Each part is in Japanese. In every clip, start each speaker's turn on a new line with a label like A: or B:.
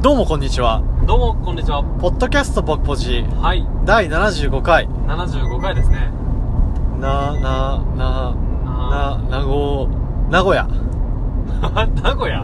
A: どうもこんにちは。
B: どうもこんにちは
A: ポッドキャストぼっぽじ
B: はい
A: 第75回。
B: 75回ですね
A: な、な、な、
B: な
A: な、なご、名古屋。
B: あ 名古屋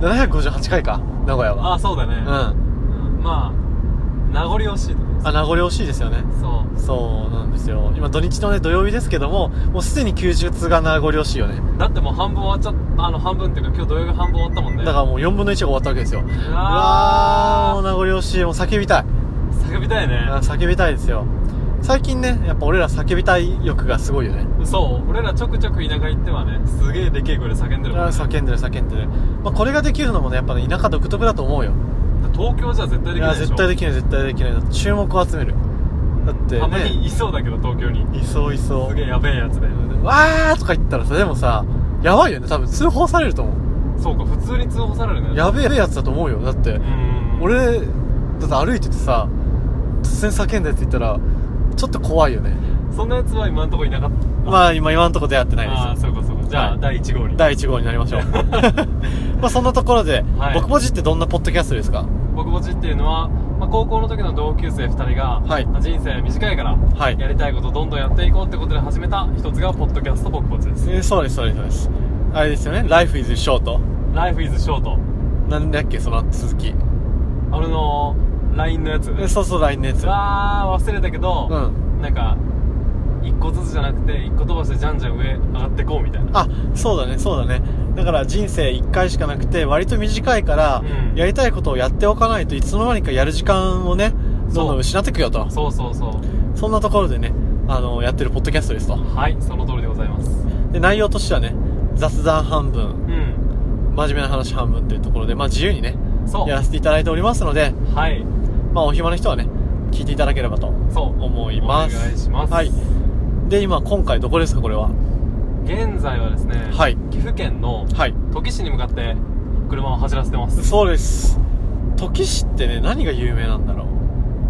A: 758回か、名古屋は。
B: あそうだね
A: うん。あ、
B: うんまあ名残惜しいところです
A: 名残惜しいですよね。
B: そ
A: そうなんですよ。今土日のね、土曜日ですけども、もうすでに休日が名残惜しいよね。
B: うだってもう半分終わっちゃったあの半分っていうか今日土曜日半分終わったもんね
A: だからもう4分の1が終わったわけですよ。
B: う
A: うわー、もう
B: わ
A: 名残惜しい。もう叫びたい。
B: ー叫びたいね
A: あ叫びたいですよ。最近ね、やっぱ俺ら叫びたい欲がすごいよね。
B: そう俺らちょくちょく田舎行ってはねすげえでけえ声で叫んでるもん、
A: あ
B: ね、
A: 叫んでる叫んでる、まあ、これができるのもねやっぱね田舎独特だと思うよ
B: 東京じゃ絶対
A: い
B: できな
A: や
B: いでしょ
A: 絶対できない絶対できない注目を集めるだって
B: たま
A: ね
B: にいそうだけど東京に
A: いそういそう
B: すげえやべえやつで、
A: わーとか言ったらさでもさやばいよね多分通報されると思
B: そうか普通に通報されるね
A: うやべえやつだと思うよだって
B: うん
A: 俺だって歩いててさ突然叫んだやついたらちょっと怖いよね
B: そんなやつは今んとこいなかった
A: まあ今今んとこ出会ってないです
B: ああそうかそうかじゃあ、
A: はい
B: 第1号に
A: 第1号になりましょうまあそんなところで「
B: はい
A: 僕ポジ」ってどんなポッドキャストですか
B: 僕ぼちっていうのは、まあ、高校の時の同級生2人が、
A: はい
B: まあ人生短いから、
A: はい
B: やりたいことどんどんやっていこうってことで始めた一つがポッドキャスト僕ぼちです
A: えーそうですそうですそうですあれですよね「Life is short
B: 「Life is short」」
A: なんだっけその続き
B: あれの LINE のやつ
A: えそうそう LINE のやつ
B: わー忘れたけど、
A: う
B: なんか1個ずつじゃなくて1個飛ばしてじゃんじゃん上上がってこうみたいな
A: あそうだねそうだねだから人生1回しかなくて割と短いから、
B: うん
A: やりたいことをやっておかないといつの間にかやる時間をねどんどん失っていくよとそ
B: そうそうそうん
A: なところでねあのやってるポッドキャストですと
B: はいその通りでございます
A: で内容としてはね雑談半分
B: うん
A: 真面目な話半分というところでまあ自由にね
B: そう
A: やらせていただいておりますので
B: はい
A: まあお暇な人はね聞いていただければと
B: そう
A: 思います
B: お願いします
A: はいで今今回どこですかこれは
B: 現在はですね、
A: はい
B: 岐阜県の
A: はい
B: 土岐市に向かって車を走らせてます
A: そうです土岐市ってね何が有名なんだろう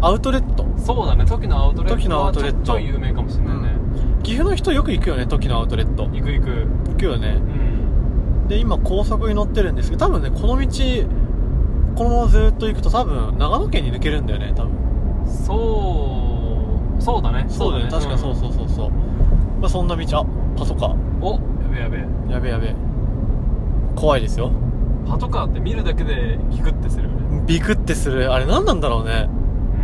A: アウトレット
B: そうだね時のアウトレ
A: 時
B: ット
A: のアウ
B: は
A: ト
B: ち
A: レ
B: ょ
A: ット
B: ちょい有名かもしれないね、
A: 岐阜の人よく行くよね時のアウトレット
B: 行く行く
A: 行くよね
B: うん
A: で今高速に乗ってるんですけど多分ねこの道このままずっと行くと多分長野県に抜けるんだよね多分
B: そうそうだね
A: そうだよね確かそうそうそうそう、まあそんな道あパトカ
B: うんおやべやべ
A: ーやべやべ怖いですよ
B: パトカーって見るだけでギクってするよね
A: ビクってするあれ何なんだろうね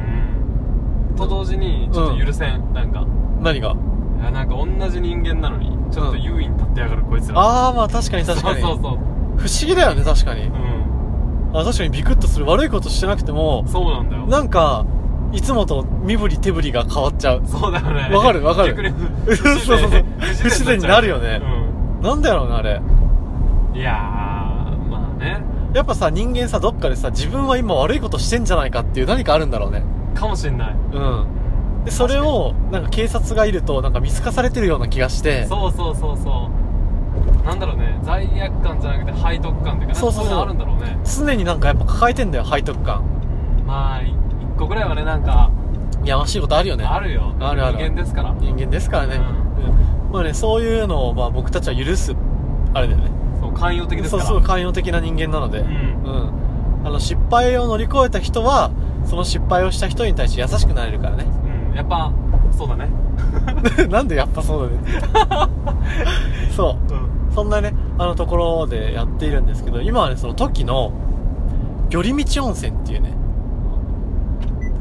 B: うんと同時にちょっと許せん、なんか
A: 何が
B: いやなんか同じ人間なのにちょっと優位に立ってやがるこいつらあ
A: ああまあ確かに確かに
B: そうそうそう
A: 不思議だよね確かに
B: うん
A: あ確かにビクッとする悪いことしてなくても
B: そうなんだよ
A: なんかいつもと身振り手振りが変わっちゃう
B: そうだよね
A: わかるわかる
B: 逆に
A: そうそうそう不自然になるよね
B: う
A: なんだろうねあれ
B: ん、いやーまあね
A: やっぱさ人間さどっかでさ自分は今悪いことしてんじゃないかっていう何かあるんだろうね
B: かもしんない
A: うんでそれをなんか警察がいるとなんか見透かされてるような気がして
B: そうそうそうそうなんだろうね罪悪感じゃなくて背徳感っていうか
A: そうそうそう
B: なんかいのあるんだろうね
A: 常になんかやっぱ抱えてんだよ背徳感
B: まあい一個ぐらいはねなんか
A: やましいことあるよね
B: あるよ、
A: あるある
B: 人間ですから
A: 人間ですからね、
B: う
A: うんまあねそういうのをまあ僕たちは許すあれだよね
B: そう寛容的です
A: そ
B: か
A: う
B: ら
A: そう寛容的な人間なので、
B: う
A: うんん、あの失敗を乗り越えた人はその失敗をした人に対して優しくなれるからね
B: うんやっぱそうだね
A: なんでやっぱそうだね そ
B: うん
A: うそんなねあのところでやっているんですけど今はねその時の寄り道温泉っていうね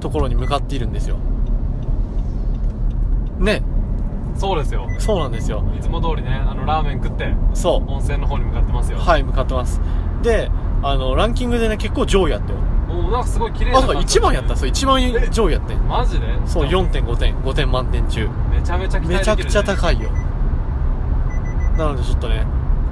A: ところに向かっているんですよね
B: そうですよ
A: そうなんですよ
B: いつも通りねあのラーメン食って
A: そ
B: 温泉の方に向かってます
A: う
B: よ
A: はい向かってますであのランキングでね結構上位やったよ
B: もうなんかすごい綺麗
A: あ
B: な
A: とか
B: 感じ
A: 一番やったそう一番上位やってん
B: マジで
A: そう
B: じゃあ
A: 4.5点5点満点中
B: めちゃめちゃ期待できる、ね、
A: めちゃくちゃ高いよなのでちょっとね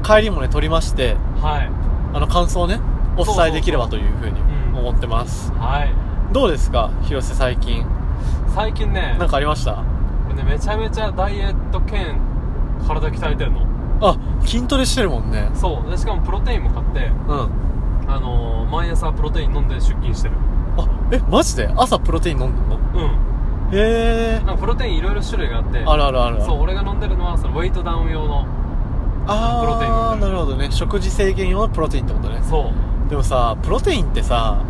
A: 帰りもね撮りまして
B: はい
A: あの感想をねお伝えできればというふうに
B: うん
A: 思ってます
B: はい
A: どうですか広瀬最近
B: 最近ね
A: なんかありました
B: 俺ねめちゃめちゃダイエット兼体鍛えてんの
A: あ筋トレしてるもんね
B: そうでしかもプロテインも買って
A: うん
B: あのー、毎朝プロテイン飲んで出勤してる
A: あえマジで朝プロテイン飲んでんの
B: うん
A: へえ
B: なんかプロテインいろいろ種類があって
A: あるあるある
B: そう俺が飲んでるのはそのウェイトダウン用の
A: あー
B: プロテイン飲んでる
A: なるほどね食事制限用のプロテインってことね
B: そう
A: でもさプロテインってさ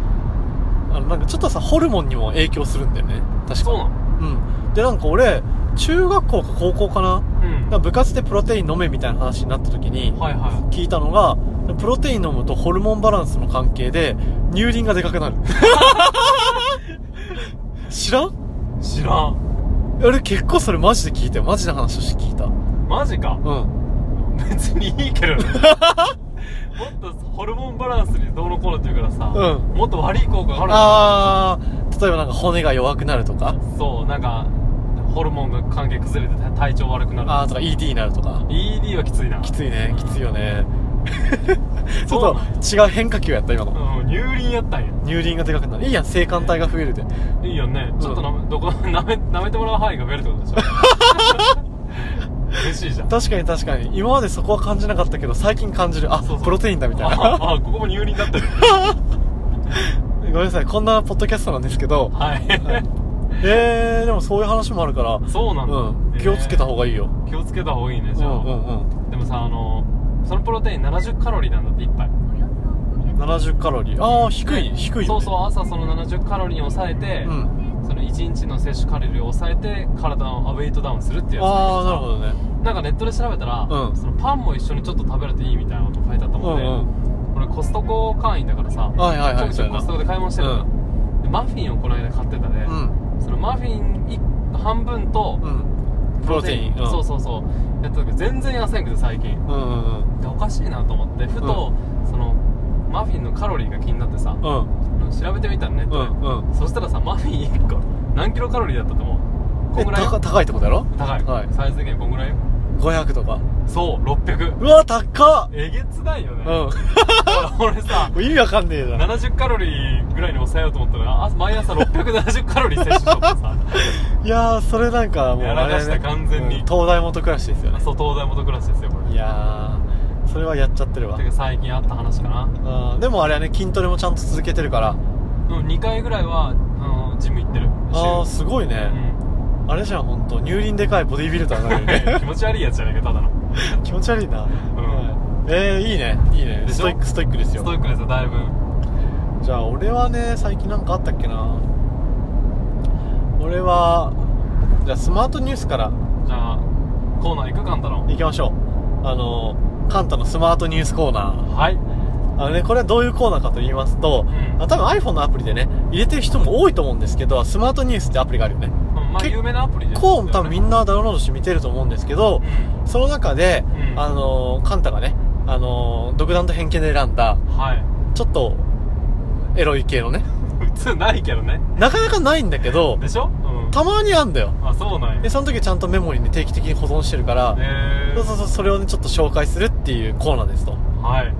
A: あのなんかちょっとさホルモンにも影響するんだよね確か
B: そうなの
A: うんでなんか俺中学校か高校かな
B: うん
A: なんか部活でプロテイン飲めみたいな話になった時に
B: はいは
A: 聞いたのがプロテイン飲むとホルモンバランスの関係で乳輪がでかくなる 知らん
B: い知らん
A: 俺結構それマジで聞いたよマジな話として聞いたう
B: マジか
A: ん
B: 別にいいけど ねもっとホルモンバランスにどうのこうのって言うからさ、
A: うん
B: もっと悪い効果がある
A: あー例えばなんか骨が弱くなるとか
B: そうなんかホルモンが関係崩れて体調悪くなる
A: あーとか ED になるとか
B: ED はきついな
A: きついねきついよね ち
B: そう
A: ょ
B: なん
A: っと違う変化球やった今
B: う
A: の
B: ん乳輪やったんや
A: 乳輪がでかくなるいいやん性感帯が増えるで
B: いいよねちょっとなめ,、どこ なめなめてもらう範囲が増えるってこと でしょ嬉しいじゃん
A: 確かに確かに今までそこは感じなかったけど最近感じるあ
B: そうそう
A: プロテインだみたいな
B: ああここも乳輪だったよ
A: ごめんなさいこんなポッドキャストなんですけど
B: はい
A: えー、でもそういう話もあるから
B: そうなんだ、
A: うん、気をつけた方がいいよ、
B: えー気をつけた方がいいね
A: う
B: じ
A: ん
B: ゃあ、
A: うん
B: でもさあのそのプロテイン70カロリーなんだって一杯
A: うん70カロリーああ低い、
B: ね
A: 低いよ、ね、
B: そうそう朝その70カロリーを抑えて、
A: ん、
B: その1日の摂取カロリーを抑えて体をウェイトダウンするっていうやつ
A: ああなるほどね
B: なんかネットで調べたら、
A: うん
B: そのパンも一緒にちょっと食べるといいみたいなこと書いてあったもんで、俺コストコ会員だからさ、
A: はいはいはい
B: ちょくちょくコストコで買い物してるから、
A: う
B: でマフィンをこの間買ってたね
A: う、ん
B: そのマフィン一半分と
A: うんプロテイン
B: そう
A: う
B: そうそうやった時全然痩せんくて最近
A: んうんうん
B: でおかしいなと思ってふと、そのマフィンのカロリーが気になってさ、
A: うん
B: 調べてみたのネッ
A: う
B: トで、
A: んうん
B: そしたらさマフィン1個何キロカロリーだったと思うこ
A: え
B: んぐらい
A: 高
B: よ
A: 高いってことやろ
B: 高い、
A: はい
B: サイズ的にこんぐらいよ
A: 500とか
B: そう600
A: うわ高っ
B: えげつないよね、
A: うん
B: 俺さ
A: もう意味わかん ねえな
B: 70カロリーぐらいに抑えようと思ったらあ毎朝670カロリー摂取しとってさ
A: いやーそれなんかもう
B: やらかした
A: あれね
B: 完全に
A: うん東大元暮らしですよね
B: そう東大元暮らしですよこれ
A: いやーそれはやっちゃってるわ
B: てか最近あった話かな
A: うんでもあれはね筋トレもちゃんと続けてるから
B: うん2回ぐらいはあのジム行ってる
A: ああ
B: 週
A: すごいね、あれじゃん本当乳輪でかいボディービルダーになるよ
B: う
A: ね
B: ん気持ち悪いやつじゃないかただの
A: 気持ち悪いな、うん、えー、いいねいいね
B: でしょ
A: ストイックストイックです
B: ストイ
A: よ
B: ックですよだいぶ
A: じゃあ俺はね最近なんかあったっけな俺はじゃあスマートニュースから
B: じゃあコーナー行くかんたろ
A: 行きましょうあのカンタのスマートニュースコーナー
B: はい
A: あのね、これはどういうコーナーかと言いますと、
B: うん
A: あ多分 iPhone のアプリでね、入れてる人も多いと思うんですけど、スマートニュースってアプリがあるよね。
B: うんまあ
A: 結
B: 有名なアプリで
A: こう、多分み
B: な、
A: んなダウンロードして見てると思うんですけど
B: う、ん
A: その中で、
B: うん
A: あのー、カンタがね、あのー、独断と偏見で選んだ、
B: はい
A: ちょっと、エロい系のね、
B: 普通ないけどね
A: なかなかないんだけど、
B: でしょうん
A: たまにあんだよ。
B: あそうなんや
A: で、その時ちゃんとメモリに定期的に保存してるから、
B: え
A: そうそうそう、それをね、ちょっと紹介するっていうコーナーですと。
B: はい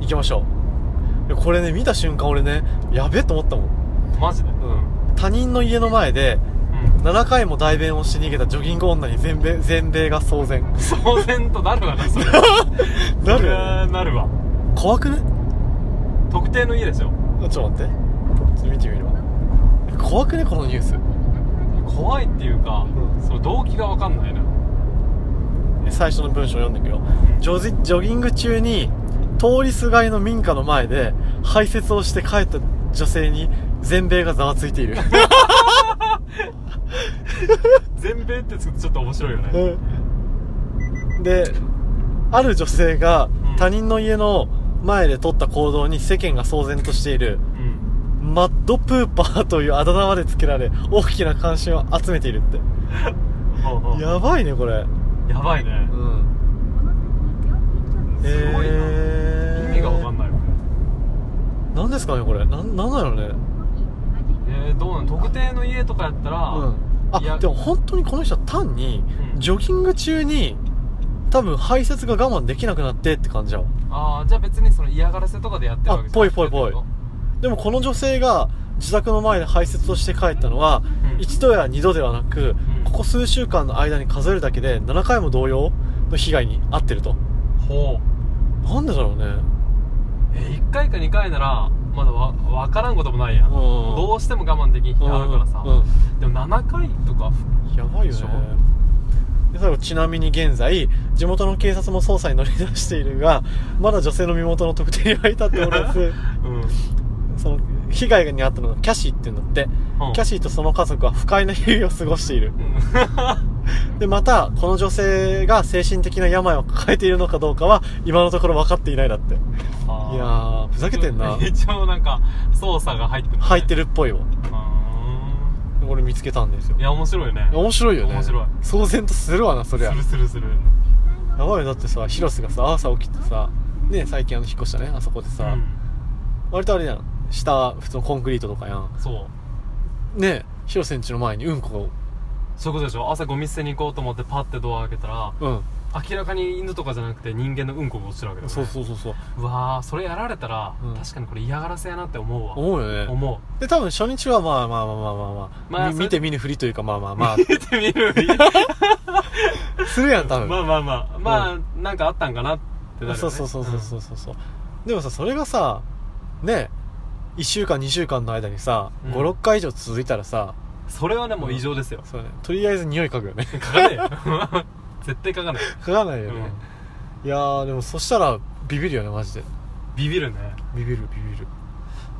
A: 行きましょう。いやこれね、見た瞬間俺ね、やべえと思ったもん。
B: マジでうん、
A: 他人の家の前で7回も代弁をして逃げたジョギング女に全米全米が騒然
B: 騒然となるわなそれ
A: な
B: そ
A: る
B: れ
A: よ
B: はなるわ
A: 怖くね
B: 特定の家でしょ
A: ちょっと待ってちょっと見てみるわ怖くねこのニュース
B: 怖いっていうか、
A: うん
B: その動機が分かんないな
A: え最初の文章を読んでいくよジョジジョギング中に通りすがりの民家の前で排泄をして帰った女性に全米がざわついてい る、
B: 全米ってつくとちょっと面白いよね、
A: うんである女性が他人の家の前で取った行動に世間が騒然としている、
B: うん、
A: マッドプーパーというあだ名まで付けられ大きな関心を集めているって
B: ほうほうや
A: やばいねこれ
B: ばいね
A: う、ん
B: すごいな、
A: えー
B: 意味が分かんないよね
A: 何ですかねこれなんなんだろうね
B: えー、どうなん特定の家とかやったら、
A: うん
B: いや
A: あでも本当にこの人は単に
B: うん
A: ジョギング中に多分排泄が我慢できなくなってって感じやわ
B: ああじゃあ別にその嫌がらせとかでやってるわけじゃなくて
A: あぽいぽいぽいでもこの女性が自宅の前で排泄をして帰ったのは
B: うん
A: 一度や二度ではなく
B: うん
A: ここ数週間の間に数えるだけで7回も同様の被害に遭ってると
B: ほう
A: なんでだろうね
B: え1回か2回ならまだわ分からんこともないやん
A: うんうんうん
B: どうしても我慢できん日があるからさ
A: うん
B: でも7回とか
A: やばい
B: で
A: よ
B: しょ
A: ねで最後ちなみに現在地元の警察も捜査に乗り出しているがまだ女性の身元の特定には至っておら ずその被害に遭ったのがキャシーっていうんだって、
B: うん
A: キャシーとその家族は不快な日々を過ごしているでまたこの女性が精神的な病を抱えているのかどうかは今のところ分かっていないだっていやーふざけてん な
B: 一応なんか操作が入ってる
A: 入って
B: る
A: るっぽいわ
B: うー
A: 俺見つけたんですよ
B: んいや面白いね
A: 面白いよね
B: 面白い
A: 騒然とするわなそりゃ
B: するするする
A: やばいよだってさ広瀬がさ朝起きてさね最近あの引っ越したねあそこでさ、
B: うん
A: 割とあれじゃん下普通のコンクリートとかやん
B: そう
A: ねえ広瀬んちの前にうんこ
B: そういうことでしょ朝ゴミ捨てに行こうと思ってパッてドア開けたら
A: がうん
B: 明らかに犬とかじゃなくて人間のうんこが落ちてるわけだよ
A: そ
B: ね
A: うそうそうそう
B: うわーそれやられたら、
A: うん
B: 確かにこれ嫌がらせやなって思うわ
A: 思うよね
B: 思
A: で多分初日はまあまあまあまあまあまあ、
B: まあ
A: み
B: それ
A: 見て見ぬふりというかまあまあま
B: う見てみる
A: あするやん多分、
B: まあまあまあまあ、なんかあったんかなってなるよね
A: そうそうそうそうそうそうそうでもさそれがさねえ1週間2週間の間にさ、
B: うん
A: 56回以上続いたらさ
B: うんそれはねもう異常ですよ、
A: そう、ね、とりあえず匂い嗅ぐよ ね
B: 書かねえよ絶対書かない、
A: 嗅がないうよね
B: ん、
A: いやーでもそしたらビビるよねマジで
B: ビビるね
A: ビビるビビる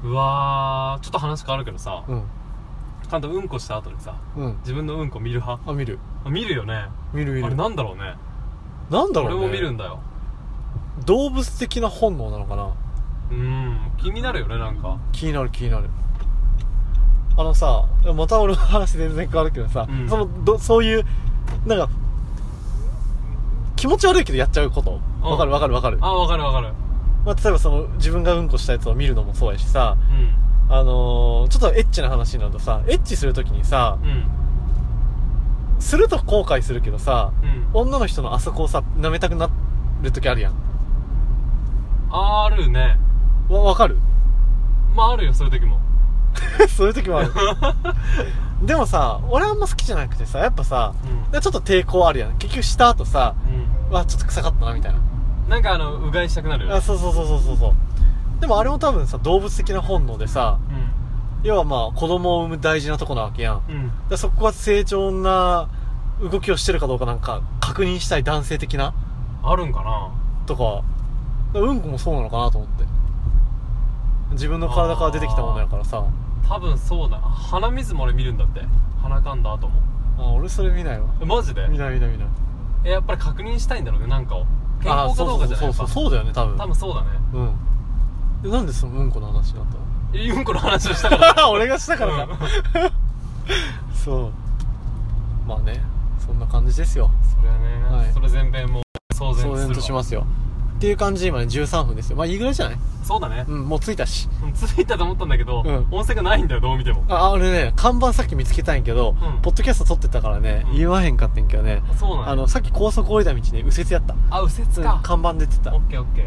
B: うわーちょっと話変わるけどさ、
A: うん
B: ちゃんとうんこした後にさ
A: うん
B: 自分のうんこ見る派
A: あ見る
B: あ見るよね
A: 見る見る
B: あれなんだろうね
A: なんだろう
B: 俺
A: ね
B: も見るんだよ
A: 動物的な本能なのかな
B: うん気になるよねなんか
A: 気になる気になるあのさまた俺の話全然変わるけどさ、
B: うん
A: そのどそういうなんか気持ち悪いけどやっちゃうことわかるわかるわかる、
B: あわかるわかる
A: まあ、例えばその自分がうんこしたやつを見るのもそうやしさ
B: う
A: あのー、ちょっとエッチな話になるとさエッチするときにさ
B: んうん
A: すると後悔するけどさ
B: うん
A: 女の人のあそこをさ舐めたくなるときあるやん
B: ああるね
A: わわかる
B: まああるよそういう時も
A: そういうときもあ るでもさ俺あんま好きじゃなくてさやっぱさ
B: うん
A: でちょっと抵抗あるやん結局した後さわちょっと臭かったなみたいな
B: なんかあのうがいしたくなるよ
A: あ
B: ね
A: そうそうそうそうそうそうでもあれも多分さ動物的な本能でさ要はまあ子供を産む大事なとこなわけやん
B: うんうん
A: でそこは正常な動きをしてるかどうかなんか確認したい男性的な
B: あるんかな
A: とかだからうんこもそうなのかなと思って自分の体から出てきたものやからさ
B: 多分そうだ鼻水も俺見るんだって鼻かんだ後も
A: あ俺それ見ないわ
B: えマジで
A: 見ない見ない見ない
B: えやっぱり確認したいんだろうねなんかを健康かどうかじゃない
A: あそうそうそうそうだよね多
B: やっ
A: 分
B: ぱ多分そうだね
A: うんでなんでそのうんこの話になったの
B: えうんこの話をしたから
A: 俺がしたから
B: うん
A: かそうまあねそんな感じですよ
B: それはね、
A: はい
B: それ全米も騒然
A: 騒然と
B: とす
A: し
B: るわ
A: ますよっていう感じで今ね13分ですよまあいいぐらいじゃない
B: そうだね
A: うんもう着いたし
B: ついたと思ったんだけど、
A: うん
B: 音声がないんだよどう見ても
A: ああれね看板さっき見つけたんやけど、
B: うん
A: ポッドキャスト撮ってたからね、
B: うん
A: 言わへんかってんけどね、
B: あそうなんや
A: あのさっき高速降りた道ね右折やった
B: あ右折か
A: 看板出てた
B: オッケーオッケー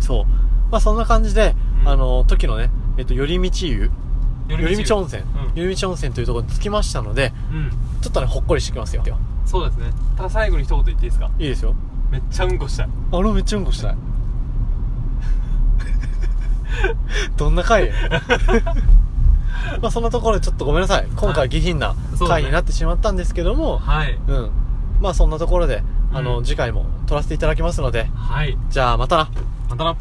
A: そうまあそんな感じで、
B: うん
A: あの時のねえっと寄り道湯寄り道温泉、
B: うん
A: 寄り道温泉というところに着きましたので
B: うん
A: ちょっとねほっこりしてきますよ
B: そうですねただ最後に一言言っていいですか
A: いいですよ
B: めっちゃうんこしたい
A: あれめっちゃうんこしたい どんな回や まあそんなところでちょっとごめんなさい今回は下品な
B: そうだ
A: 回
B: ね
A: になってしまったんですけども、
B: はい
A: うんまあそんなところであの、
B: うん
A: 次回も撮らせていただきますので
B: はい
A: じゃあまたな
B: またな